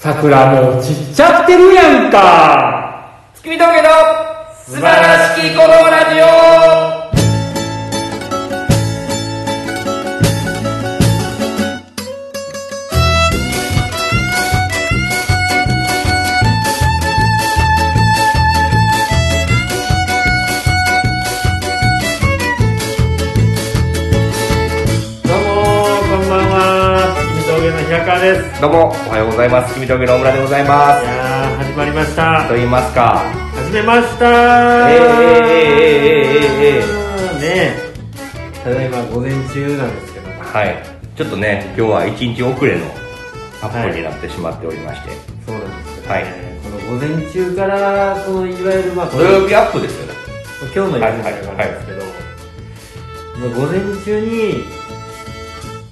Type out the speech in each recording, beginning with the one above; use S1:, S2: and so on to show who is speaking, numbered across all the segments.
S1: 桜もう散っちゃってるやんか
S2: 月見峠の素晴らしきこのラジオ
S1: どうもこんばんは月見峠の平川です
S2: どうもおはようございます月見峠の大村でございま
S1: い
S2: す
S1: やー始まりました
S2: と言いますか
S1: 始めました
S2: ええええええええ
S1: ねえただいま午前中なんですけど
S2: はいちょっとね今日は一日遅れのアップになってしまっておりまして、
S1: そうなんですよね、
S2: はい
S1: この午前中からこのいわゆるまあこ
S2: 土
S1: れ
S2: 曜日アップですよね
S1: 今日のやつなんですけど、まあ午前中に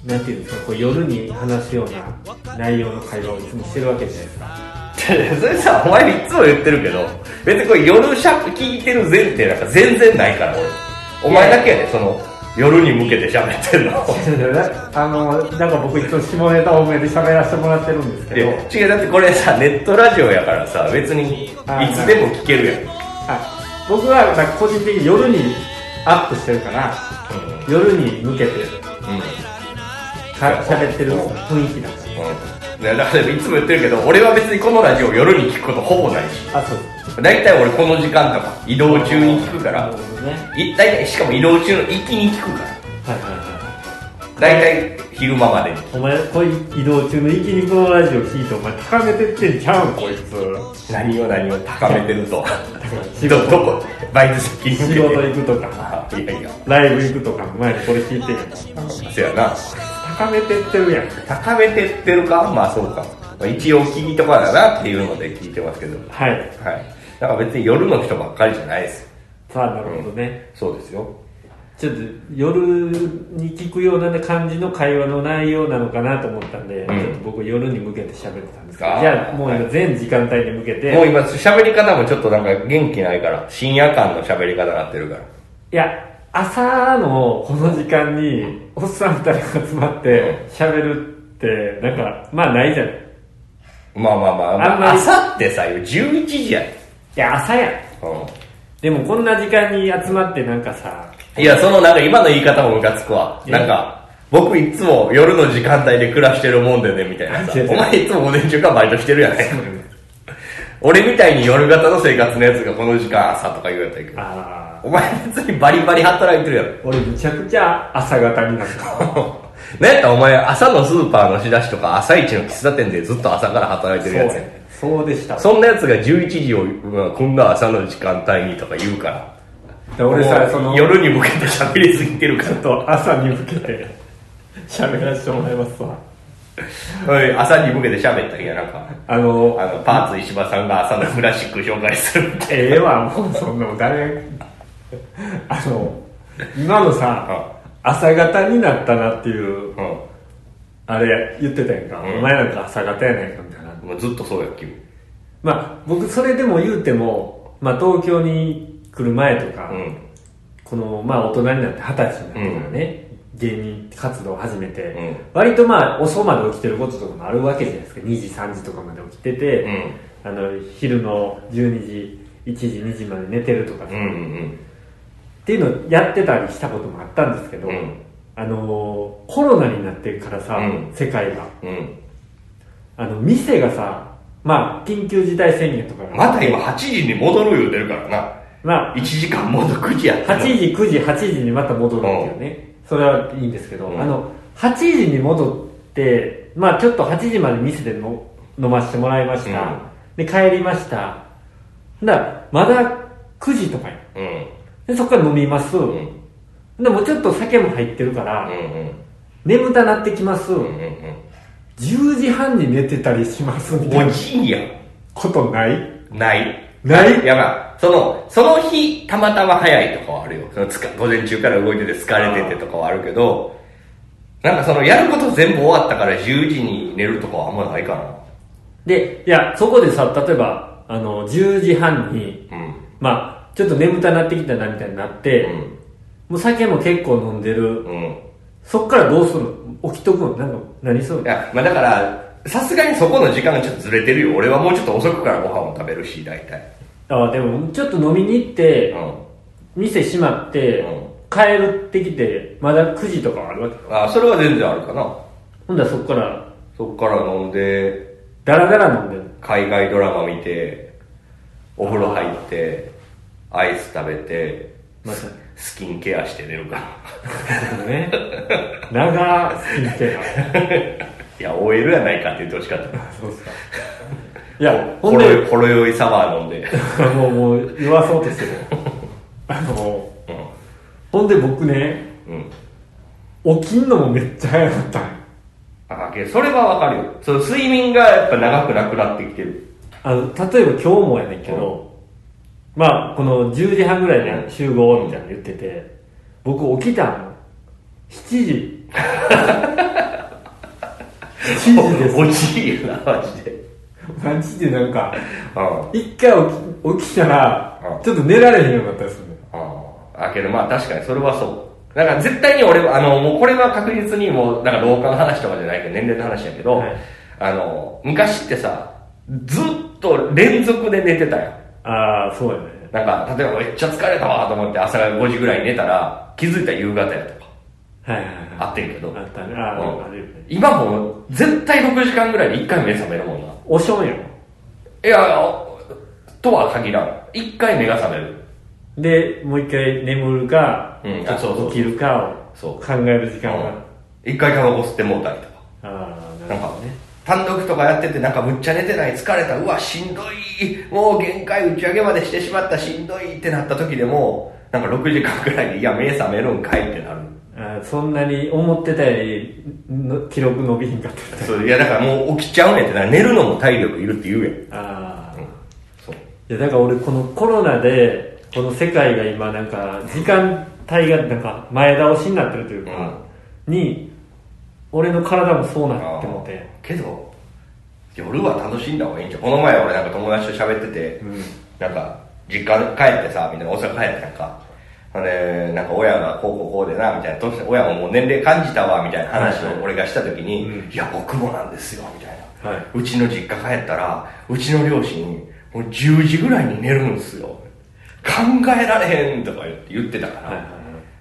S1: なんていうんですかこう夜に話すような内容の会話をいつもしてるわけじゃないですか
S2: それさお前いつも言ってるけど別にこれ夜しゃ聞いてる前提なんか全然ないから俺お前だけやでその夜に向けて喋ってんの
S1: あのなんか僕いつも下ネタ多めで喋らせてもらってるんです
S2: い
S1: けど
S2: や違うだってこれさネットラジオやからさ別にい
S1: はい
S2: つでも聞けるやん、
S1: はい僕はなんか個人的に夜にアップしてるから夜に向けて
S2: うんうん
S1: か喋ってる雰囲気だか
S2: うんねだからいつも言ってるけど俺は別にこのラジオ夜に聞くことほぼないし
S1: らあそう
S2: 大体俺この時間とか移動中に聞く
S1: な
S2: から
S1: るほどね
S2: い大体しかも移動中の行きに聞くから
S1: はいはいはい
S2: 大体昼間までに
S1: お前こういう移動中の一気にこのラジオ聞いてお前高めてってんちゃうんこいつ
S2: 何を何を高めてると
S1: 仕
S2: ど
S1: 事
S2: どこバイト先に
S1: 仕
S2: 向け
S1: 事
S2: て
S1: 行くとか
S2: あいやいや
S1: ライブ行くとか前にこれ聞いてるやん
S2: そやな
S1: 高めてってるやんは
S2: 高めてってるかまあそうか、まあ、一応聞いとかだなっていうので聞いてますけど
S1: い
S2: はい。だから別に夜の人ばっかりじゃないです。
S1: さあなるほどね、
S2: そうですよ。
S1: ちょっと夜に聞くような感じの会話の内容なのかなと思ったんで、
S2: うん
S1: ちょっと僕夜に向けて喋ってたんですけど
S2: あー
S1: じゃあもう今全時間帯に向けて、
S2: もう
S1: い、
S2: 今、喋り方もちょっとなんか元気ないから、深夜間の喋り方になってるから。
S1: や朝のこの時間におっさん二人が集まって喋るってなんかまあないじゃない
S2: まあまあまあ、
S1: あん
S2: ま
S1: ま
S2: あ、
S1: り
S2: 朝ってさ、11時やで。
S1: いや朝やん
S2: う
S1: でもこんな時間に集まってなんかさ
S2: ん。いや、そのなんか今の言い方もムカつくわ。
S1: いや
S2: なんか、僕いつも夜の時間帯で暮らしてるもんでね、みたいなさ
S1: 違う違。う
S2: お前いつも午前中からバイトしてるや ない。俺みたいに夜型の生活のやつがこの時間朝とか言うやったらいいけど。
S1: あ
S2: お前別にバリバリ働いてるやろ。
S1: ー俺むちゃくちゃ朝方になった
S2: なんやったらお前、朝のスーパーの仕出しとか、朝一の喫茶店でずっと朝から働いてるやつやん
S1: そうそうでした
S2: そんなやつが11時を、うわこんな朝の時間帯にとか言うから。
S1: で俺
S2: も
S1: さ
S2: う
S1: その
S2: 夜に向けて喋りすぎてる
S1: ちょっと朝に向けて 喋らせてもらいますわ
S2: から。おい朝に向けて喋ったりや、なんか。
S1: あの
S2: あの、パーツ石破さんが朝のクラシック紹介するみたい
S1: ええわもうそんなの誰あの今のさ朝方になったなっていう
S2: な。うん。
S1: あれ言ってたやんか、
S2: うん
S1: お前なんか朝方やないかみたいな
S2: もうずっとそうや、君。
S1: まあ僕それでも言うても、まあ、東京に来る前とか、
S2: うん。
S1: このまあ大人になって二十歳になってからね、芸人活動を始めて、
S2: うん
S1: 割とまあ遅まで起きてることとかもあるわけじゃないですか2時3時とかまで起きてて、
S2: う
S1: あ
S2: ん。
S1: の昼の12時1時2時まで寝てるとかさ、
S2: うん
S1: っ
S2: うん
S1: ていうのをやってたりしたこともあったんですけど、
S2: うん
S1: あのーコロナになってからさ、
S2: うん
S1: 世界が
S2: うん。うん。
S1: あの店がさまあ緊急事態宣言とかが
S2: また今8時に戻る言うてるからな。
S1: まあ
S2: 1時間もっと9時やった
S1: 8
S2: の
S1: 時9時8時にまた戻るっていうね、それはいいんですけど、
S2: うん
S1: あの8時に戻ってまあちょっと8時まで店での飲ませてもらいました、
S2: うん
S1: で帰りましただからまだ9時とかや
S2: うん。
S1: でそこから飲みます、
S2: うん。
S1: でもうちょっと酒も入ってるから、
S2: うん。
S1: 眠たなってきます、
S2: うん。うん。うん。
S1: 10時半に寝てたりしますみたい
S2: お
S1: な
S2: じいや
S1: ことない
S2: ない。
S1: ない
S2: いやまあ、その、その日、たまたま早いとかはあるよ。そのつか午前中から動いてて疲れててとかはあるけど、なんかその、やること全部終わったから10時に寝るとかはあんまないか
S1: でいやそこでさ例えばあの10時半に
S2: な。うん。
S1: まあ、ちょっと眠たなってきたなみたいになって、
S2: うん。
S1: もう酒も結構飲んでる。
S2: うん。
S1: そっからどうする起きとくんなんか、何する
S2: いや、まあだから、さすがにそこの時間がちょっとずれてるよ。俺はもうちょっと遅くからご飯を食べるし、大体。
S1: あでもちょっと飲みに行って、
S2: う
S1: 店閉まって、
S2: うん
S1: 帰るってきてまだ9時とかあるわけよ
S2: ん。あ、それは全然あるかな。
S1: ほんだらそっから
S2: そっから飲んで、
S1: ダラダラ飲んでる
S2: 海外ドラマ見て、お風呂入って、アイス食べて、
S1: また
S2: スキンケアして寝るから。
S1: ね長っスキンケ
S2: いや、OL やないかって言ってほしかった。
S1: アそうっすかいやほ
S2: ほ
S1: ん
S2: ろ
S1: で
S2: よほろ酔いサワー飲んで。
S1: もうもう言わそうとしてるあのほんで僕ね
S2: うん。うん。
S1: 起きんのもめっちゃ早かったんよ
S2: あ、けどそれはわかるよ。その睡眠がやっぱ長くなくなってきてる。
S1: あの例えば今日もやねんけど、まあこの10時半ぐらいで集合みたいなの言ってて僕起きたの7時7時です
S2: 落ちるな、マジで。
S1: マジでなんか
S2: うん。うん。
S1: 一回起き起きたら
S2: うん
S1: ちょっと寝られへんようになったりするのよ
S2: あ、けどまあ確かにそれはそう。だから絶対に俺は、あの、もうこれは確実にもう、なんか老化の話とかじゃないけど、年齢の話やけど、
S1: はい
S2: あの、昔ってさ、ずっと連続で寝てたよ。
S1: ああそうやね
S2: なんか、例えばめっちゃ疲れたわと思って朝5時ぐらいに寝たら、気づいたら夕方やと
S1: は
S2: か、
S1: いはいはい
S2: あってんけど、
S1: あったねあ
S2: う
S1: ー
S2: ん
S1: あるよね
S2: 今もう絶対6時間ぐらいで1回目覚めるもんな。
S1: おしょんやん
S2: いや、とは限らん。1回目が覚める。
S1: でもう一回眠るか、
S2: うん
S1: ちょっ
S2: あそうそうそ
S1: と
S2: う
S1: 起きるか
S2: そ
S1: を
S2: う
S1: 考える時間が、
S2: 1回タバコ吸ってもうたりとか。
S1: ああな
S2: な
S1: る
S2: んか
S1: ほどね、
S2: 単独とかやってて、なんかむっちゃ寝てない、疲れた、うわ、しんどい、もう限界打ち上げまでしてしまった、しんどいってなった時でも、なんか6時間くらいで、いや、目覚めるんかいってなる。
S1: あーそんなに思ってたよりの記録伸びひんかったみたい
S2: そういや、だからもう起きちゃうねんってな、寝るのも体力いるって言うやん。
S1: ああ、い
S2: そう。
S1: やだから俺このコロナでこの世界が今なんか時間帯がなんか前倒しになってるというか、に俺の体もそうなってもて
S2: けど、夜は楽しんだ方がいいんじゃん。この前俺なんか友達と喋ってて、
S1: うん
S2: なんか、実家帰ってさ、みたいな、大阪帰ってなんか、ほんで、なんか親がこうこうこうでな、みたいな、どうして親ももう年齢感じたわ、みたいな話を俺がした時に、
S1: うん
S2: いや、僕もなんですよ、みたいな、
S1: はいう
S2: ちの実家帰ったら、うちの両親、もう10時ぐらいに寝るんですよ。考えられへんとか言って言ってたから、
S1: はいはい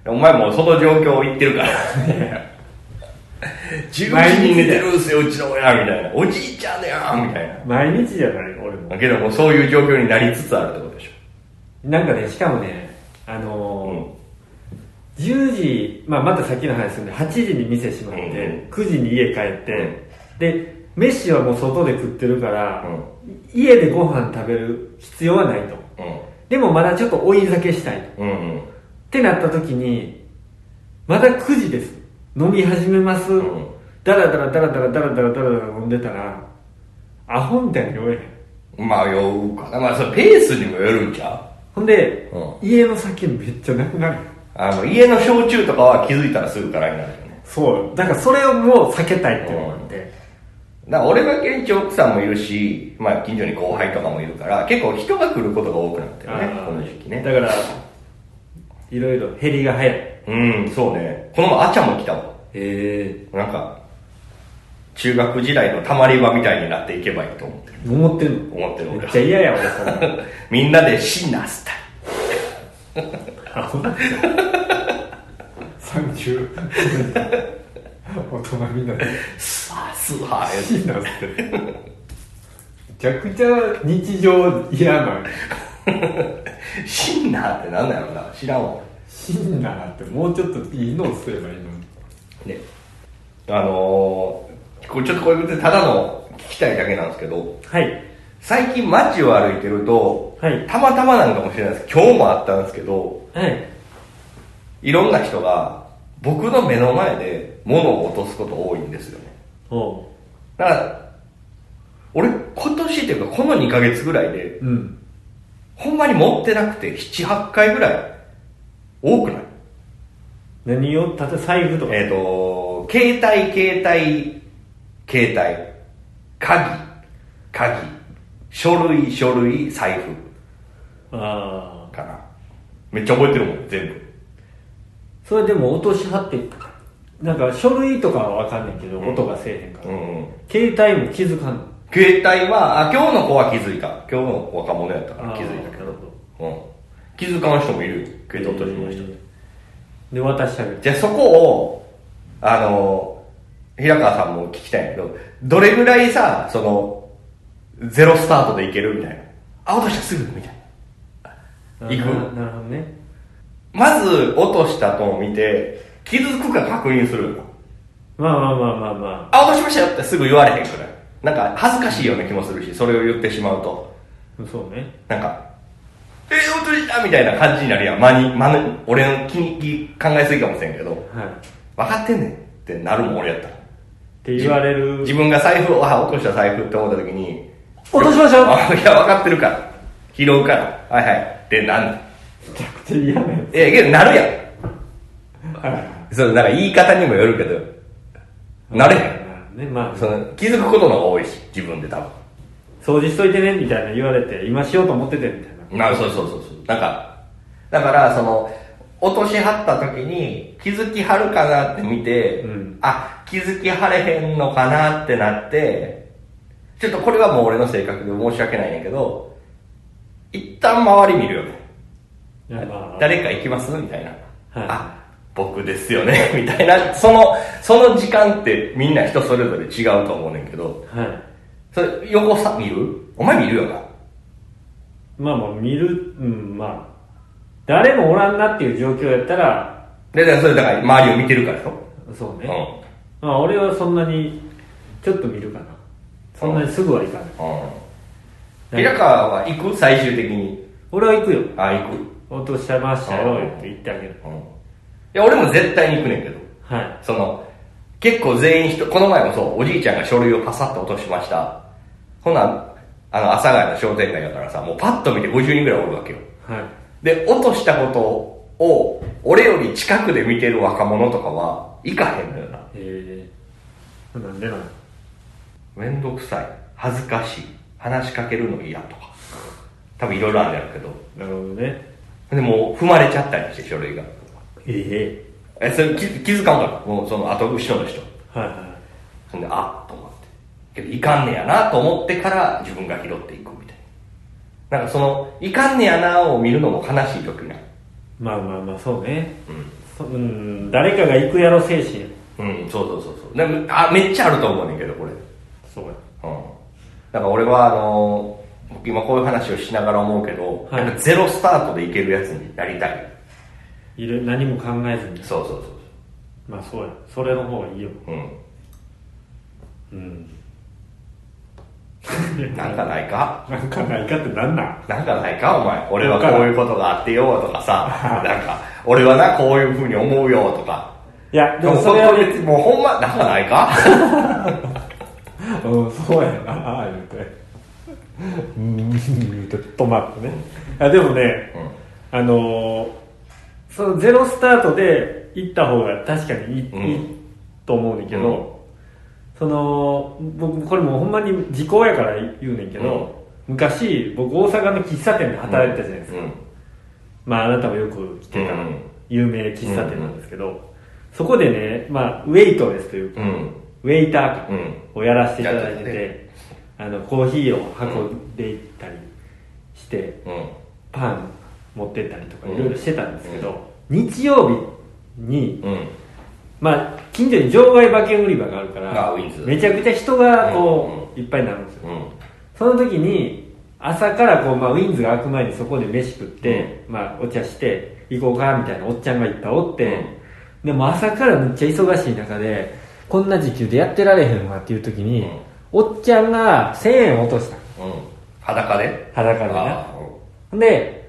S2: お前もうその状況を言ってるから。10時に寝てるんすよ、うちの親、みたいな。おじいちゃんだよ、みたいな。
S1: 毎日じゃない俺も
S2: だけどもうそういう状況になりつつあるってことでしょ。
S1: なんかねしかもねあのー10時、まあ、また先の話するんで8時に店閉まって、
S2: うん
S1: 9時に家帰って、で飯はもう外で食ってるから、
S2: う
S1: 家でご飯食べる必要はないとでもまだちょっと追い酒したいとっ
S2: うん。うん。
S1: てなった時にまだ9時です飲み始めます、
S2: うん
S1: ダラダラダラダラダラダラダラダラ飲んでたらアホみたいに酔えへん
S2: うん。まあ、酔うかな。まあ、それペースにもよるんちゃ
S1: ほんで、
S2: う
S1: 家の酒めっちゃなくなる
S2: うあの、家の焼酎とかは気づいたらすぐからになるよね。
S1: そうだからそれをもう避けたいっていうのがあって、
S2: だから俺が現地奥さんもいるし、まあ、近所に後輩とかもいるから、結構人が来ることが多くなってるね
S1: あ、ー
S2: この時期
S1: だ
S2: ね。
S1: からいろいろ減りが早いへ
S2: うん、そうね。この前、あちゃんも来たわ。
S1: え
S2: なんか、中学時代のたまり場みたいになっていけばいいと思ってる。
S1: 思ってんの
S2: 思ってる
S1: め
S2: 俺
S1: っちゃ嫌や俺 そんな
S2: みんなでシンナースタイ
S1: アホだ30 大人みんなで
S2: ル。スースーハ ー
S1: 死んだってめちゃくちゃ日常嫌な
S2: 言うシンナーってなんだろうな。知らんわ。
S1: 死んだなってもうちょっといいのをすればいいのに
S2: ね、あのー、これちょっとこれ別にただの聞きたいだけなんですけど、
S1: はい
S2: 最近街を歩いてると、
S1: はい
S2: たまたまなんかもしれないです。今日もあったんですけど、
S1: はい
S2: いろんな人が僕の目の前で物を落とすこと多いんですよね。
S1: おう
S2: だから、俺今年っていうかこの2ヶ月ぐらいで、
S1: うん
S2: ほんまに持ってなくて7、8回ぐらい多くない
S1: 何をたて財布とか
S2: えっ、と、携帯、携帯、携帯、鍵、鍵、書類、書類、財布
S1: ああ
S2: かな。めっちゃ覚えてるもん、全部。
S1: それでも落としはってなんか書類とかはわかんないけど、音がせえへんか
S2: う
S1: ら、
S2: んうん。
S1: 携帯も気づかんの
S2: 携帯は、あ、今日の子は気づいた。今日の若者やったから気づいたけ
S1: なるほ
S2: ど。うん。気づかん人もいるよ。携帯落としました。
S1: で渡したり
S2: じゃあそこを、あの、平川さんも聞きたいんやけど、どれぐらいさ、その、ゼロスタートでいけるみたいな。あ、落としたすぐみたいな。いく
S1: ななるほどね
S2: まず、落としたとを見て、気づくか確認するの。
S1: まあまあまあまあま
S2: あ、落としましたよってすぐ言われへんくらい。なんか、恥ずかしいような気もするし、それを言ってしまうと。
S1: あそうね
S2: なんか、えー、落としたみたいな感じになるやん。間に、間に、俺の気に考えすぎかもしれんけど、
S1: はいっ
S2: 分かってんねんってなるもん、俺やったら。
S1: て言われる
S2: 自分が財布を、あ、落とした財布って思った時に、
S1: 落としましたよ
S2: あ いや、分かってるから。拾うから。はいはい。ってなんねん
S1: めちゃくちゃ嫌なや
S2: え、けどなるやん。
S1: つはい
S2: そう、なんか言い方にもよるけど、なれへん。
S1: ねまあ
S2: その気づくことの方が多いし自分で多分
S1: 掃除しといてねみたいな言われて今しようと思っててみたいな
S2: なそうそうそうそうなんかだからその落としはった時に気づきはるかなって見て、
S1: うん
S2: あ気づきはれへんのかなってなってちょっとこれはもう俺の性格で申し訳ないんやけど一旦周り見るよね
S1: いやまあ
S2: 誰か行きますみたいな、
S1: はい
S2: あ僕ですよね みたいなそのその時間ってみんな人それぞれ違うと思うねんけど
S1: はい
S2: それ横さ見るお前見るよな
S1: まあまあ見るうんまあ誰もおらんなっていう状況やったら
S2: で、だからそれだから周りを見てるからよ。
S1: そう
S2: う
S1: ね、まあ俺はそんなにちょっと見るかなそんなにすぐはいかない
S2: ん。うん。平川は行く最終的に。
S1: 俺は行くよ
S2: あ、行く。
S1: 落としましたよって言ってあげる
S2: うん。いや、俺も絶対に行くねんけど。
S1: はい
S2: その、結構全員人、この前もそう、おじいちゃんが書類をパサッと落としました。ほな、あの、阿佐ヶ谷の商店街だからさ、もうパッと見て50人ぐらいおるわけよ。
S1: はい
S2: で、落としたことを、俺より近くで見てる若者とかは、行かへんのよな。
S1: えー、なんでなの
S2: めんどくさい恥ずかしい話しかけるの嫌とか多分いろいろあるんだろうけど
S1: なるほどね
S2: でもう踏まれちゃったりして書類が
S1: え
S2: えそれ気気づかんからもうその後後ろの人
S1: えはいは
S2: そんであっと思ってけどいかんねやなと思ってから自分が拾っていくみたいななんかそのいかんねやなを見るのも悲しい時ない
S1: まあまあまあそうね
S2: う
S1: そうん誰かが行くやろ精神
S2: ん、うん、そうそうそうそうでもあめっちゃあると思うねんけどこれ
S1: そうや
S2: うんだから俺はあのー今こういう話をしながら思うけど、
S1: はい
S2: やっぱゼロスタートでいけるやつになりたい
S1: いる何も考えずに
S2: そうそうそう
S1: まあそうやそれの方がいいよ
S2: そう
S1: うん
S2: うん なんかないか
S1: なんかないかってなんなん
S2: なんかないかお前俺はこういうことがあってよとかさなんか俺はなこういうふうに思うよとか
S1: いや
S2: でもそれは別にもうほんまなんかないか
S1: うんそうやなあ言うてうん言うて止まってねあでもねあのーそのゼロスタートで行った方が確かにいい,、
S2: うん
S1: いいと思うねんけど、
S2: うん
S1: その僕これもうほんまに時効やから言うねんけど、昔僕大阪の喫茶店で働いてたじゃないですか、
S2: うん
S1: まああなたもよく来てた
S2: うん
S1: 有名喫茶店なんですけど、そこでね、まあ、ウェイトレスというか、
S2: うん
S1: ウェイターか
S2: うん
S1: をやらせていただいてて、
S2: や
S1: あのコーヒーを運んでいったりして、
S2: うん
S1: パン持ってったりとか
S2: うん
S1: いろいろしてたんですけど、日曜日に、
S2: うん
S1: まあ、近所に場外馬券売り場があるか
S2: あ
S1: ら
S2: ウィンズ
S1: めちゃくちゃ人がこう、いっぱいになるんですよ
S2: うん
S1: その時に朝からこう、まあ、ウィンズが開く前にそこで飯食って、まあ、お茶して行こうかみたいなおっちゃんがいっぱいおって、
S2: うん
S1: でも朝からめっちゃ忙しい中でこんな時給でやってられへんわっていう時に、
S2: うん
S1: おっちゃんが1000円落とした
S2: うん裸で
S1: 裸でな
S2: あ
S1: で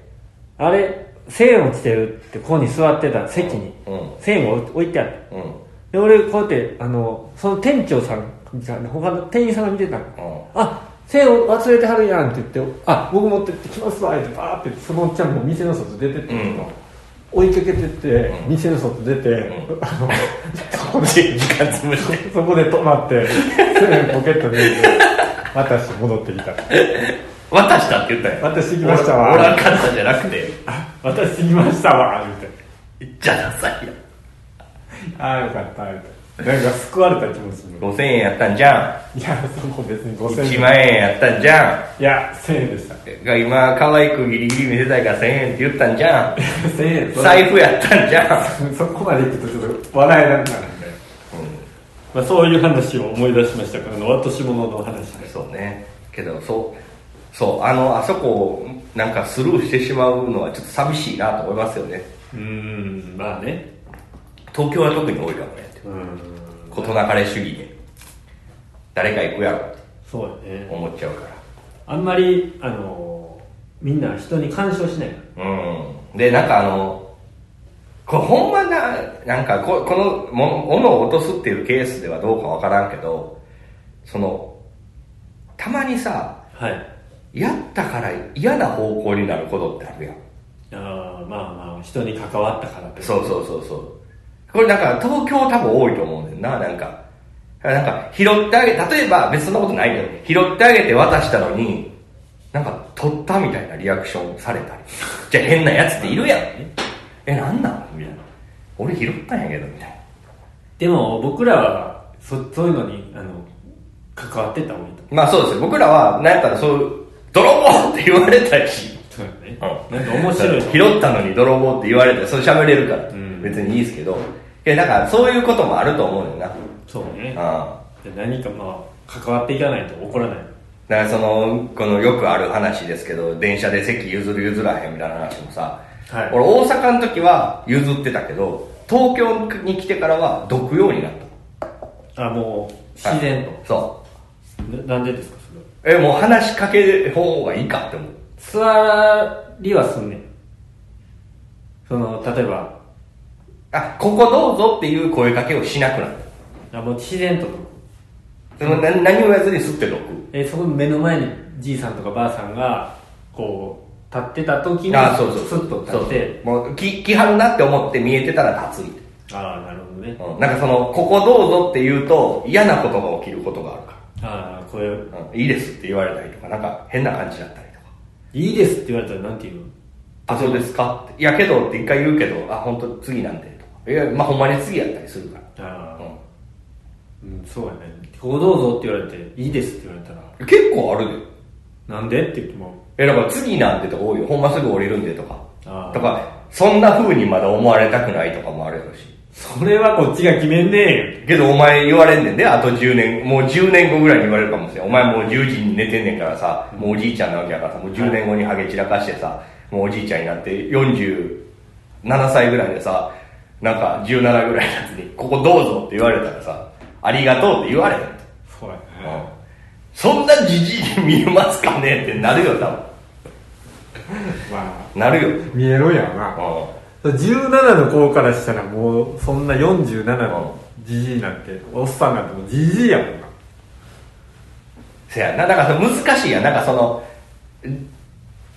S1: あれ1000円落ちてるってここに座ってた席に
S2: うん
S1: 1000円を置いてあった
S2: うんうん
S1: で俺こうやってあのその店長さんが他の店員さんが見てたのあ線を忘れてはるやんって言って、あ僕持ってってきますわって、ばーって、そのおっちゃんも店の外出てって、
S2: うん
S1: 追いかけてって、
S2: うん
S1: 店の外出て、
S2: う
S1: あの
S2: うん時間潰して
S1: そこで止まって、線ポケットに入れて、私戻ってきた。
S2: 渡したって言ったよ
S1: 私行きましたわ
S2: おらんかったじゃなくて
S1: 私行きましたわ、みたいな。
S2: じゃダサいや
S1: ああよかったよかったなんか救われた気もする
S2: 5000円やったんじゃ
S1: いやそこ別に
S2: ん
S1: 5000
S2: 1
S1: 円
S2: 万円やったんじゃ
S1: いや1000円でした
S2: んが今可愛くギリギリ見せたいから1000円って言ったんじゃん
S1: 1000円それ
S2: 財布やったんじゃん
S1: そこまで行くとちょっと笑えなくなるんで、まあ、そういう話を思い出しましたからの私物の話で
S2: そうねけどそうそうあのあそこをなんかスルーしてしまうのはちょっと寂しいなと思いますよね
S1: うーんまあね
S2: 東京は特に多いかもね
S1: うーん
S2: 事なかれ主義で誰か行くやろって
S1: そうだね
S2: 思っちゃうか
S1: あんまりあのみんな人に干渉しないから
S2: うんでなんかあのこれほんまななんかここのも斧を落とすっていうケースではどうかわからんけどそのたまにさ
S1: らはい
S2: やったから嫌な方向になることってあるやん
S1: あーまあまあ人に関わったからって
S2: そうそうそうそう。これなんか東京多分多いと思うねんな、なんか。なんか拾ってあげ、例えば別にそんなことないけど、拾ってあげて渡したのに、なんか取ったみたいなリアクションされたり。じゃあ変なやつっているやん。え、なんなんみたいな。俺拾ったんやけど、みたいな。
S1: でも僕らはそそういうのにあの関わってった方がいいと
S2: まあそうですよ。僕らは、なんやったらそういう、泥棒って言われたり。
S1: そうだね
S2: うん
S1: なんか面白いの
S2: 拾ったのに泥棒って言われたり、それ喋れるから、
S1: ん
S2: 別にいいですけど。いや、なんかそういうこともあると思うねんな。
S1: そうね
S2: うん
S1: で何かまあ関わっていかないと怒らない
S2: だからその、このよくある話ですけど、電車で席譲る譲らへんみたいな話もさ、
S1: はい
S2: 俺大阪の時は譲ってたけど、東京に来てからはどくようになっ
S1: あもう
S2: た。
S1: 自然
S2: はいそ
S1: とななんでですかそれは
S2: う。え、もう話しかける方がいいかって思う。
S1: 座りはすんねんその例えば
S2: あ、ここどうぞっていう声かけをしなくなっ
S1: あもう自然と
S2: た。その何何も言わずにすってどく。
S1: えそこの目の前にじいさんとかばあさんがこう立ってた時に
S2: あ、そうそう。
S1: スッと立って
S2: そうもう来、来はるなって思って見えてたら立つみたい
S1: ああなるほどね
S2: な。うんなんかその、ここどうぞって言うと嫌なことが起きることがあるから。
S1: ああこれ
S2: うんいいですって言われたりとか、なんか変な感じだったりとか。
S1: いいですって言われたらなんて言うの
S2: あ、そうですかっていやけどって一回言うけど、あ、本当次なんでとか。いや、まあほんまに次やったりするか
S1: あ
S2: ら。
S1: あ、
S2: う
S1: うん、そうやねここどうぞって言われていいですって言われたら
S2: ん、結構あるで。
S1: なんでって言っても
S2: え、だから次なんでとか多いよ。ほんますぐ降りるんでと
S1: あ
S2: か
S1: ー。
S2: とか、そんな風にまだ思われたくないとかもあるやろし。
S1: それはこっちが決めんねえよ
S2: けどお前言われんねんで、あと10年、もう10年後ぐらいに言われるかもしれん。お前もう10時に寝てんねんからさ、もうおじいちゃんなわけやからさ、もう10年後にハゲ散らかしてさ、もうおじいちゃんになって47歳ぐらいでさ、なんか17ぐらいのやつに、ここどうぞって言われたらさ、ありがとうって言われへん。
S1: そうや
S2: うん
S1: ね
S2: そんなじじいに見えますかねってなるよ、多
S1: まあ
S2: 分。なるよ。
S1: 見えろやんな
S2: う。
S1: 17の子からしたらもうそんな47のじじいなんておっさんなんてもうじじいやもんなん
S2: せやな、だからさ難しいやん。なんかその、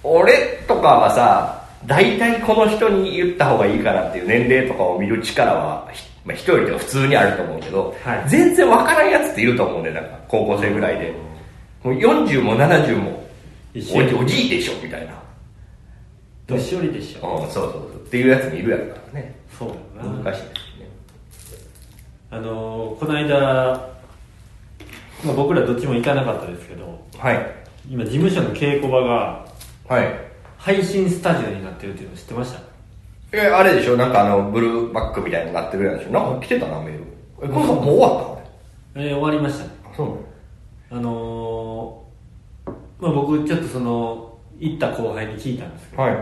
S2: 俺とかはさ大体この人に言った方がいいかなっていう年齢とかを見る力はひまあ、人よりは普通にあると思うけど、
S1: はい
S2: 全然わからんやつっていると思うねなんか高校生ぐらいでもう40も70も
S1: 一緒や
S2: おおじいでしょみたいな、
S1: 年寄りでしょ
S2: うん、そうそうそうっていうやつもいるやろからね
S1: そうやな
S2: 難しいですね
S1: あのーこの間、まあ、僕らどっちも行かなかったですけど
S2: はい
S1: 今事務所の稽古場が
S2: はい
S1: 配信スタジオになってるっていうの知ってました
S2: えあれでしょなんかあのブルーバックみたいになってるやつでしょなんか来てたなメールえこれさもう終わったあ
S1: えー終わりましたね
S2: れあそうなの
S1: あのーまあ僕ちょっとその行った後輩に聞いたんですけど
S2: はい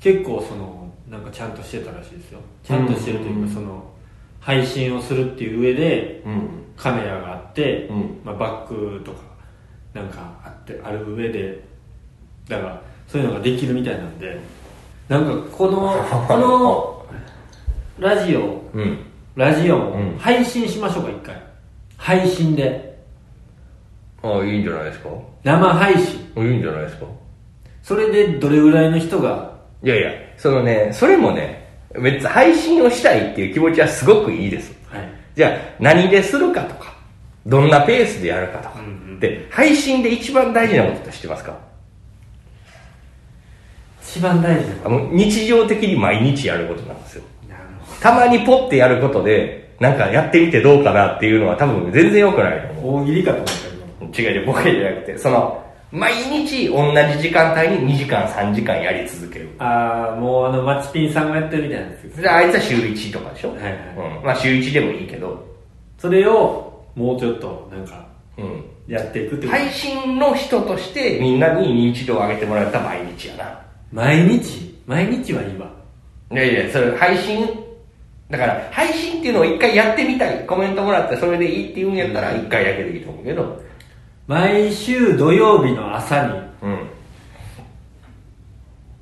S1: 結構そのなんかちゃんとしてたらしいですよちゃんとしてると
S2: うんうん
S1: いううんかその配信をするっていう上で
S2: うん
S1: カメラがあって、
S2: うん
S1: まあ、バックとかなんかあってある上でだからそういうのができるみたいなんでなんかこ のこのラジオ
S2: うん
S1: ラジオ
S2: う
S1: も
S2: ん
S1: 配信しましょうか一回配信で
S2: ああ、いいんじゃないですか
S1: 生配信
S2: いいんじゃないですか
S1: それでどれぐらいの人が
S2: いやいや、そのね、それもね、別に配信をしたいっていう気持ちはすごくいいです。
S1: はい
S2: じゃあ、何でするかとか、どんなペースでやるかとか。
S1: うんうん
S2: で、配信で一番大事なことって知ってますか
S1: 一番大事なの
S2: あの日常的に毎日やることなんですよ。
S1: なる
S2: たまにポッてやることで、なんかやってみてどうかなっていうのは多分全然良くないと
S1: ほ
S2: 思う。
S1: ど。大喜利かと思った
S2: 違う違う、僕らじゃなくて、その、毎日同じ時間帯に2時間3時間やり続ける。
S1: 今。ああ、もうあの、マチピンさんがやってるみたいなんですよ。
S2: じゃああいつは週1とかでしょ
S1: はいはい
S2: うん。まあ週1でもいいけど、
S1: それを、もうちょっと、なんか、
S2: うん。
S1: やっていくってこと。
S2: 配信の人としてみんなに認知度を上げてもらった毎日やな。
S1: 毎日毎日は今。
S2: いやいや、それ配信、だから配信っていうのを一回やってみたい。コメントもらってそれでいいって言うんやったら一回だけでいいと思うけど、
S1: 毎週土曜日の朝に、
S2: うん。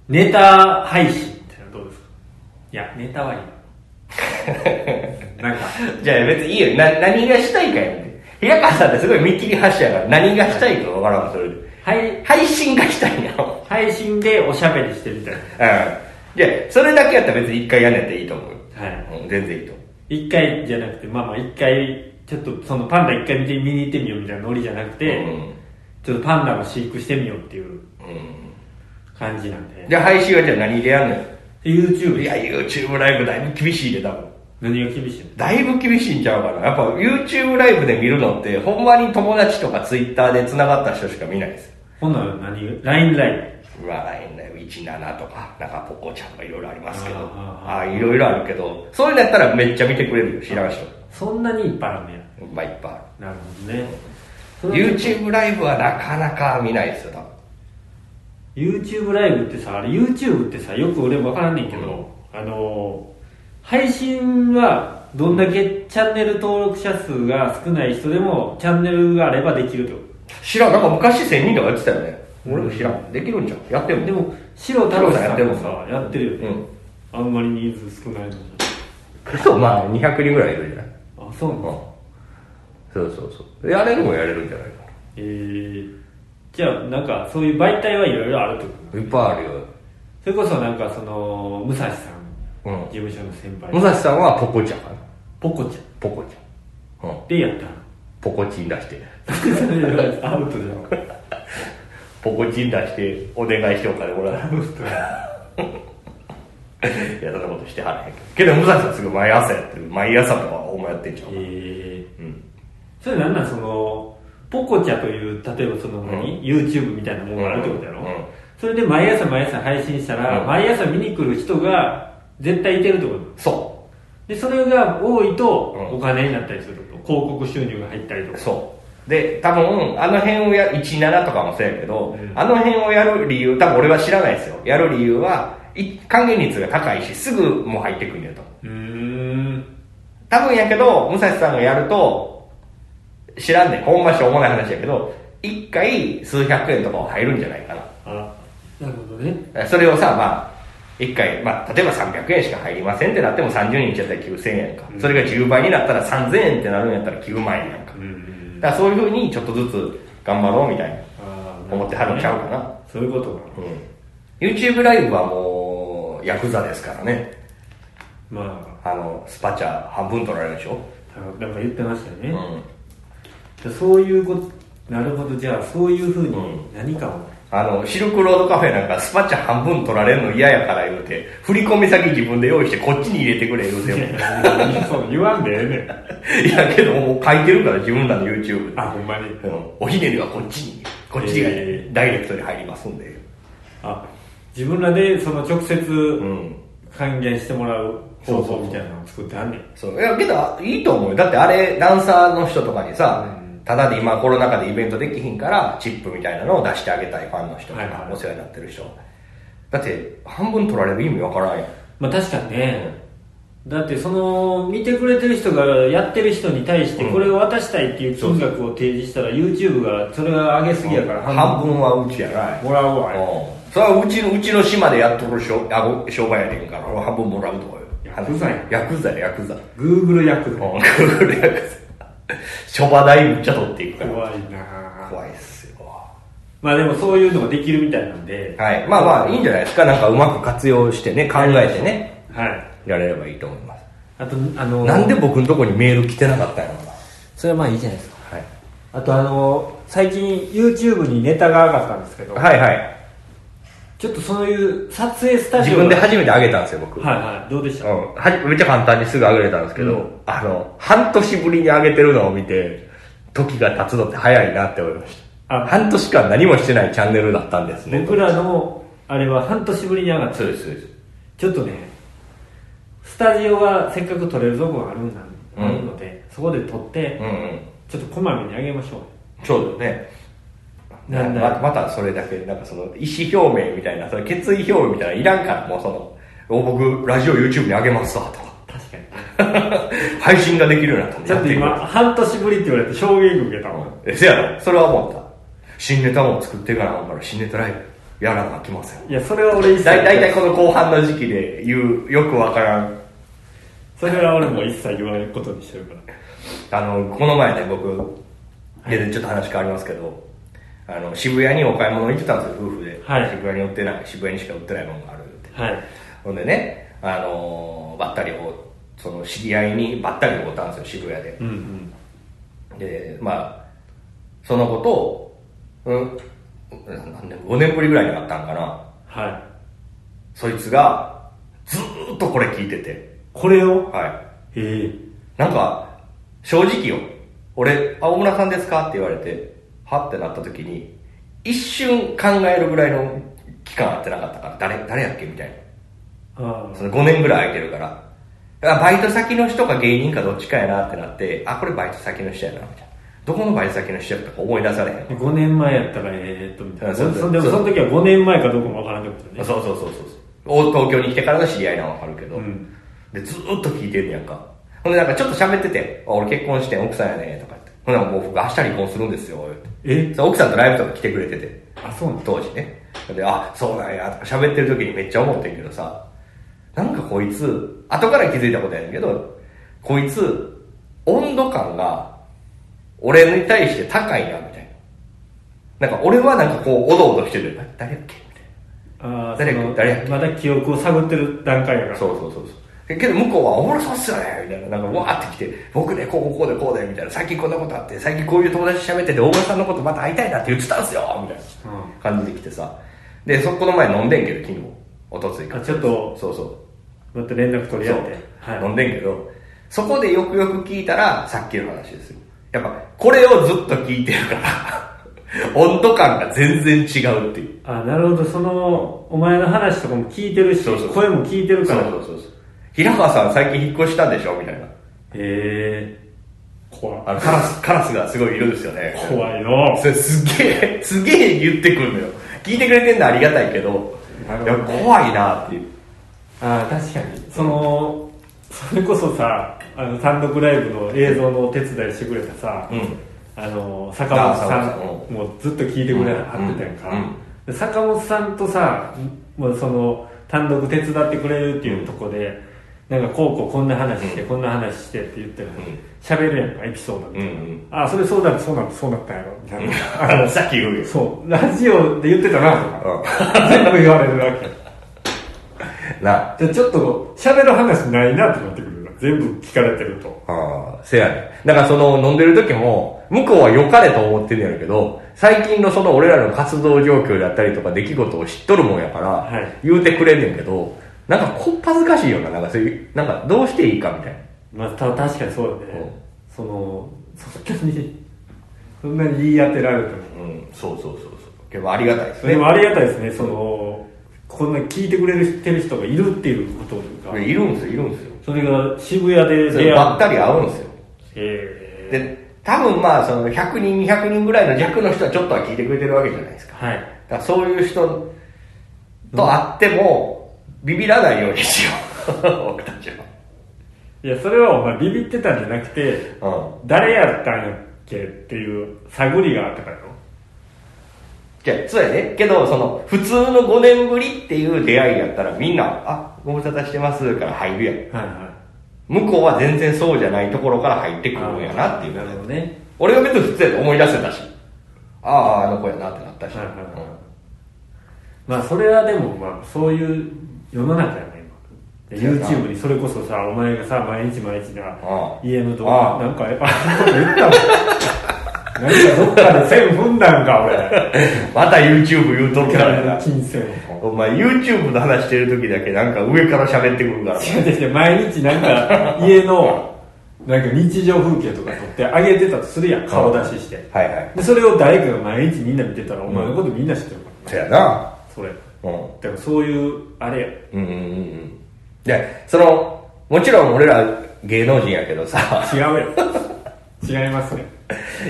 S1: ネタ配信ってのはどうですかいや、ネタは 今。なんか、
S2: じゃあ別にいいよ。な、何がしたいかやんね。平川さんってすごい見切り発車やから何がしたいかわからんわ、それで。
S1: はい、
S2: 配信がしたいな。うん。
S1: 配信でおしゃべりしてるみたい
S2: じゃあ、それだけやったら別に一回やんねんでいいと思うよ。
S1: な。はい。
S2: うん、全然いいと思う。
S1: 一回じゃなくて、まあまあ一回、ちょっとそのパンダ一回見て見に行ってみようみたいなノリじゃなくて、
S2: うん
S1: ちょっとパンダの飼育してみようっていう
S2: うん。
S1: 感じなんで。
S2: じゃあ配信はじゃあ何でやんね
S1: YouTube
S2: ん。いや、YouTube ライブだいぶ厳しいで、多分。
S1: 何が厳しいの
S2: だいぶ厳しいんちゃうかな。やっぱ YouTube ライブで見るのって、ほんまに友達とか Twitter で繋がった人しか見ないですよ。
S1: ほんなら何が ?LINE ライ
S2: うわ、LINE ライブ17とか、なんかポコちゃんとかいろいろありますけど、
S1: あ
S2: ああ、いろいろあるけど、そういうのやったらめっちゃ見てくれるよ、知らん人。
S1: ブそんなにいっぱいあるね
S2: まあいっぱいある。
S1: なるほどね。それは
S2: YouTube ライブはなかなか見ないですよ、多分。
S1: YouTube ライブってさ、あれ YouTube ってさ、よく俺分からんねんけど、あのー配信はどんだけチャンネル登録者数が少ない人でもチャンネルがあればできるってこと
S2: 知らん、なんか昔1000人とかやってたよね。俺も知らん。できるんじゃん。やっても。
S1: で、も、白太郎さん
S2: や
S1: や
S2: っ
S1: ってて
S2: るも
S1: も
S2: ん
S1: さ、やってるよね。
S2: うん。
S1: あんまり人数少ないのに。
S2: けどまあ200人ぐらいいるんじゃない
S1: あ、そうな
S2: うん
S1: だ。。
S2: そうそうそう。やれるもんやれるんじゃないか
S1: えー、じゃあ、なんか、そういう媒体はいろいろあるってこと
S2: な。いっぱいあるよ。
S1: それこそなんか、その、武蔵さん、
S2: うん
S1: 事。務所の先輩
S2: 武、蔵さんはポコちゃんかな。
S1: ポコちゃん
S2: ポコちゃん。うん。
S1: でや った
S2: ポコチン出して。
S1: の。アウトじゃん。
S2: ポコチン出して、お願いしてお金もらう。
S1: アウ トや
S2: いや、そんなことしてはらへんけど。けど武蔵さんすぐ毎朝やってる。毎朝とかお前やってんじゃん。
S1: え
S2: うん。
S1: ー、それなんなん、その、ポコチャという、例えばその、何 YouTube みたいなものがあるってことやろ、
S2: うん
S1: それで毎朝毎朝配信したら、
S2: うん
S1: 毎朝見に来る人が絶対いてるってこと
S2: そう。
S1: でそれが多いと
S2: うん
S1: お金になったりすると、広告収入が入ったりとか
S2: そう。で、多分、あの辺をや、17とかもそうやけど、
S1: うん
S2: あの辺をやる理由、多分俺は知らないですよ。やる理由は、い還元率が高いし、すぐもう入ってくるんやと。
S1: うーん
S2: 多分やけど、武蔵さんがやると、知らんねん。ほんましょうもない話やけど、一回数百円とかは入るんじゃないか
S1: あなるほどね
S2: な。それをさ、まあ、一回、まあ、例えば300円しか入りませんってなっても30人やったら9000円か
S1: う。ん
S2: それが10倍になったら3000円ってなるんやったら9万円なんか
S1: う。ん
S2: だからそういうふうにちょっとずつ頑張ろうみたいな。
S1: あー
S2: 思ってはるんちゃうかな。
S1: そういうことか
S2: うん。YouTube ライブはもう、ヤクザですからね。
S1: ま
S2: あの、スパチャ半分取られるでしょ。
S1: あなんか言ってましたよ
S2: う
S1: ね、
S2: ん。
S1: でそういうことなるほどじゃあそういうふう
S2: う
S1: に何かを、
S2: あの、シルクロードカフェなんかスパチャ半分取られるの嫌やから言うて、振り込み先自分で用意してこっちに入れてくれ言うても。
S1: そう言わんでええねん
S2: いやけどもう書いてるから自分らの YouTube で。
S1: あほんまに
S2: うんおひねりはこっちに、こっちが
S1: え
S2: ダイレクトに入りますんで。
S1: あ自分らでその直接
S2: うん。
S1: 還元してもらう方法みたいなのを作ってはんねん
S2: そう。いや、けど、いいと思うよ。だってあれ、ダンサーの人とかにさ、ただで今コロナ禍でイベントできひんから、チップみたいなのを出してあげたいファンの人とか、
S1: はいはい
S2: お世話になってる人。だって、半分取られる意味わからんやん。
S1: まあ確かにね、だってその見てくれてる人がやってる人に対してこれを渡したいっていう金額を提示したら YouTube がそれは上げすぎやから
S2: 半分はうちやない。
S1: もらうわ
S2: うんそれはうちの、うちの島でやっとる商あご商売やねんから、俺半分もらうとかよ。
S1: ヤクザやん
S2: ヤクザや、ヤクザ。うん、
S1: Google 役で
S2: これヤクザ。諸話代めっちゃ取っていくから。
S1: 怖いなぁ
S2: 怖いっすよ。
S1: まあでもそういうのができるみたいなんで
S2: はい。まあまあ、いいんじゃないですか。なんかうまく活用してね、考えてね。
S1: はい
S2: やれればいいと思います。
S1: あとあの
S2: なんで僕のとこにメール来てなかったんやろうな。
S1: それはまあいいじゃないですか
S2: はい。
S1: あとあの最近 YouTube にネタが上がったんですけど
S2: はいはい。
S1: ちちょっとそういう撮影スタジ
S2: 自
S1: オが
S2: 分で初めてあげたんですよ、僕。
S1: はいはいどうでした、
S2: うん、はじめっちゃ簡単にすぐ上げれたんですけど、
S1: うん
S2: あの、半年ぶりに上げてるのを見て、時が経つのって早いなって思いました。
S1: あ
S2: 半年間何もしてないチャンネルだったんですね。
S1: 僕らのあれは半年ぶりに上がった
S2: そうです、そうです。
S1: ちょっとねスタジオがせっかく撮れるとこがあるんだ、
S2: うん
S1: あるのでそこで撮って、
S2: うんうん。
S1: ちょっとこまめに上げましょう
S2: そうだよね。
S1: なんだ
S2: ままたそれだけ、なんかその意思表明みたいな、その決意表明みたいなのいらんから、もうその、お僕、ラジオ YouTube に上げますわ、とか。
S1: 確かに
S2: 配信ができるようになったんで
S1: ちょっと
S2: や
S1: 今
S2: て
S1: 半年ぶりって言われて衝撃受けたわ
S2: いくえ、せやろ。それは思った。新ネタも作っていかなあかんから、新ネタライブやらなあきません。
S1: いやそれは俺一切
S2: だいたいこの後半の時期で言う、よくわからん。
S1: それは俺も一切言わないことにしてるから
S2: あの、この前ね、僕、でちょっと話変わりますけど、あの、渋谷にお買い物行ってたんですよ、夫婦で。
S1: はい
S2: 渋谷に売ってない、渋谷にしか売ってないものがあるって。
S1: はい
S2: ほんでね、あのーばったりお、その知り合いにばったりおったんですよ、渋谷で。
S1: うんうん
S2: で、まあ、そのことを、うん、何年、5年ぶりぐらいにあったんかな。
S1: はい
S2: そいつが、ずーっとこれ聞いてて、
S1: これを
S2: はい。
S1: ええ
S2: なんか、正直よ。俺、あ、大村さんですかって言われて、はってなった時に、一瞬考えるぐらいの期間あってなかったから、誰、誰やっけみたい
S1: あ
S2: な。その5年ぐらい空いてるから。だからバイト先の人か芸人かどっちかやなってなって、あ、これバイト先の人やな、みたいな。どこのバイト先の人やったか思い出されへん。
S1: あ5年前やったらえーっとみたいな
S2: そ
S1: そう
S2: そう
S1: そでもその時は5年前かどうかもわからんってことね
S2: そうそうそうそうそう。お東京に来てからの知り合いなのはわかるけど、
S1: うん
S2: で、ずーっと聞いてんねやんか。ほんでなんかちょっと喋ってて、あ俺結婚してん奥さんやねとか言って。ほんならもう僕明日離婚するんですよ、言って。
S1: え
S2: そう奥さんとライブとか来てくれてて
S1: あそうなんだ
S2: 当時ねであそうなんやとか喋ってる時にめっちゃ思ってんけどさなんかこいつ後から気づいたことやねんけどこいつ温度感が俺に対して高いなみたいななんか俺はなんかこうおどおどしてる誰やっけみたい
S1: あー
S2: 誰
S1: その
S2: 誰やっけ
S1: まだ記憶を探ってる段階やか
S2: な
S1: ら
S2: そうそうそうそうえけど向こうは「おもろそうっすよね」みたいななんかわーって来て「僕ねこうこうでこうで」みたいな「最近こんなことあって最近こういう友達と喋ってて大村さんのことまた会いたいなって言ってたんすよ」みたいな
S1: うん
S2: 感じで来てさでそこの前飲んでんけど昨日おとついか
S1: あちょっと
S2: そうそう
S1: また連絡取り合って
S2: そう
S1: は
S2: 飲んでんけどそこでよくよく聞いたらさっきの話ですよやっぱこれをずっと聞いてるから 温度感が全然違うっていう
S1: いあなるほどそのお前の話とかも聞いてるし
S2: そうそう
S1: 声も聞いてるからへ
S2: そうそう平川さん最近引っ越したんでしょみたいな
S1: え怖い
S2: あのカラスカラスがすごいいるんですよね
S1: 怖いの
S2: それすげえすげえ言ってくるのよ聞いてくれてんのはありがたいけど
S1: なるほ
S2: い
S1: ど
S2: や怖いなっていう
S1: ああ確かにそのそれこそさあの単独ライブの映像のお手伝いしてくれたさ、
S2: うん
S1: あの坂本さ
S2: あ坂本さ
S1: んもうずっと聞いてくれ
S2: うん
S1: はってたやんか、
S2: う
S1: で
S2: ん
S1: 坂本さんとさもうその単独手伝ってくれるっていうとこで、なんかこうこうこんな話して、こんな話してって言ってるのに喋るやんかエピソードみたいな、
S2: うんうん
S1: ああそれそうだったそうだったそうだったやろみたいなあの
S2: さっき言うよ
S1: そうラジオで言ってたなとか 全部言われるわけ
S2: な
S1: じゃあちょっと喋る話ないなってなってくるな全部聞かれてると
S2: ああ、せやね。だからその飲んでる時も、向こうは良かれと思ってんねやろうけど、最近のその俺らの活動状況だったりとか出来事を知っとるもんやから、
S1: はい
S2: 言うてくれんねんけど、なんかこっ恥ずかしいよな、なんかそういう、なんかどうしていいかみたいな。
S1: まあた確かにそうだね、
S2: うん
S1: そのそんなにそんなに言い当てられても
S2: うん、そうそうそうそう。結構ありがたいですね。
S1: でもありがたいですねそのこんな聞いてくれるてる人がいるっていうことが、
S2: いるんですよ、いるんですよ。
S1: それが渋谷で
S2: それ
S1: 出
S2: ば
S1: 会
S2: っ
S1: う
S2: たり会うんですよ。
S1: へえ
S2: で、多分まあその100人、200人ぐらいの弱の人はちょっとは聞いてくれてるわけじゃないですか。
S1: はい
S2: だからそういう人と会っても、ビビらないようにしよう。 僕たちは。
S1: いやそれはお前ビビってたんじゃなくて
S2: うん。
S1: 誰やったんやっけっていう探りがあったからよ
S2: じゃあ、そうやね。けど、その、普通の5年ぶりっていう出会いやったら、みんな、あ、ご無沙汰してますから入るやん。
S1: はいはい
S2: 向こうは全然そうじゃないところから入ってくるんやなっていう。
S1: なるほどね
S2: 俺は別に普通やと思い出せたし。ああ、あの子やなってなったし。
S1: はいはいはいまあそれはでもまあそういう世の中やね今
S2: そうやな
S1: YouTube にそれこそさお前がさ毎日毎日な
S2: ああ
S1: 家の動
S2: あ
S1: 画
S2: あ
S1: なんかやっぱあんなこと言ったもんなんかどっかで線踏んだんか、俺。
S2: また YouTube 言うとるからやな。
S1: 金銭を。
S2: お前 YouTube の話してる時だけなんか上から喋ってくるから。
S1: 違う違う違う毎日なんか 家のなんか日常風景とか撮ってあげてたとするやん顔出しして
S2: はいはい。
S1: でそれを誰かが毎日みんな見てたらお前のことみんな知ってるから
S2: そやな。
S1: それ
S2: うん。
S1: だからそういうあれや
S2: うんうんうんうん。で、その、もちろん俺ら芸能人やけどさ、
S1: 違 うやん違いますね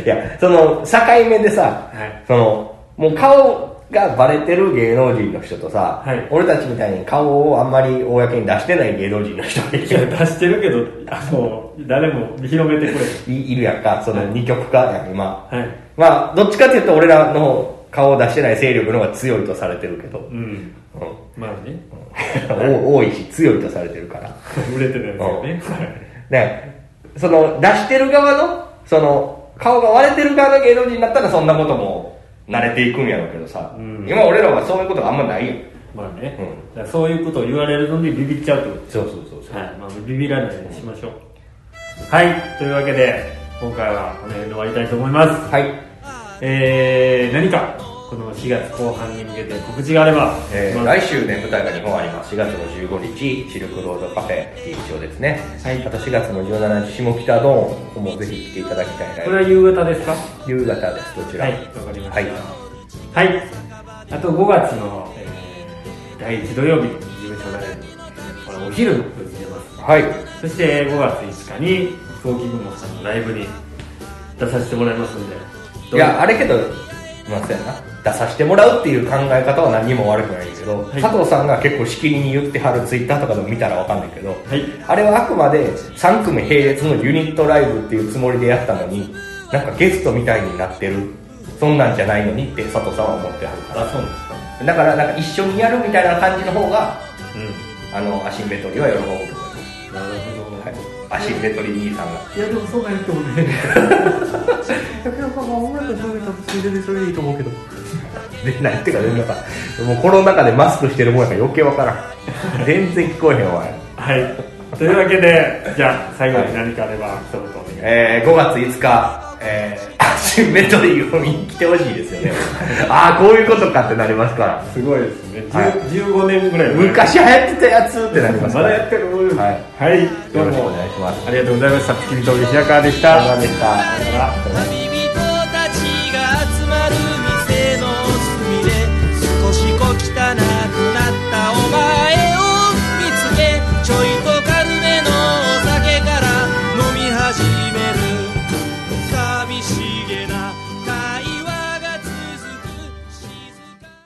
S2: いや、その、境目でさ、
S1: はい
S2: その、もう顔がバレてる芸能人の人とさ、
S1: はい
S2: 俺たちみたいに顔をあんまり公に出してない芸能人の人がい
S1: いや
S2: る
S1: 出してるけどあの誰も広めてくれ
S2: い いるやんか、その二極化やん、今。
S1: へんはい
S2: まあ、どっちかっていうと俺らの顔を出してない勢力の方が強いとされてるけど、
S1: うん
S2: うん
S1: まあね
S2: 多いし強いとされてるから。
S1: 売れてるやつよね
S2: ね、その出してる側の、その顔が割れてる側の芸能人になったらそんなことも慣れていくんやろうけどさ、
S1: うん
S2: 今俺らはそういうことがあんまないやん。
S1: まあね
S2: う
S1: だからそういうことを言われるのにビビっちゃうってこと
S2: そうそうそうそう。
S1: はい、まあ、ビビらないようにしましょう。はい、というわけで、今回はこの辺で終わりたいと思います。
S2: はい。
S1: えー、何か、この4月後半に向けて告知があれば、
S2: えー
S1: まあ
S2: 来週ね、舞台が2本あります。4月の15日、シルクロードカフェ、一応ですね。はい。あと4月の17日、下北ドーン、ここもぜひ来ていただきたいな。
S1: これは夕方ですか
S2: 夕方です、どちら
S1: はい、
S2: も。
S1: わかりました。
S2: はい。
S1: はい、あと5月の、えー第1土曜日、事務所内に、これお昼の部に出ます。
S2: はい。
S1: そして5月5日に、早期雲さんのライブに出させてもらいますんで、
S2: いや、あれけど、まあ、そうやな。出させてもらうっていう考え方は何にも悪くないけど、
S1: い
S2: 佐藤さんが結構しきりに言ってはるツイッターとかでも見たらわかんないけど、
S1: はい
S2: あれはあくまで3組並列のユニットライブっていうつもりでやったのに、なんかゲストみたいになってる、そんなんじゃないのにって佐藤さんは思ってはるか。
S1: あ、そうなんですから
S2: だから、なんか一緒にやるみたいな感じの方が、
S1: う
S2: あの、アシンメトリーは喜ぶと思います。
S1: ん。なるほど。
S2: はい。アシンメトリー兄さんが。
S1: いやでもそんなんやってもね。
S2: 出ないっていうか全然なんかもうコロナ禍でマスクしてるもんやから余計わからん全然聞こえへんわ
S1: はい。というわけで、じゃあ最後に何かあれば一言お願いしま
S2: えー、5月5日えー、アシンメトリーを見に来てほしいですよねああこういうことかってなりますから
S1: す。すごいですね。
S2: はい
S1: 15年ぐらい前
S2: 昔流行ってたやつってなりますか
S1: ま
S2: ら
S1: だやってる。。
S2: はい
S1: はい。ど
S2: よ
S1: う
S2: ろしくお
S1: も。
S2: 願いします
S1: ありがとうございました。月見峠平川でし
S2: さよう
S1: た。
S2: ならでした
S1: さよなら
S3: Habibi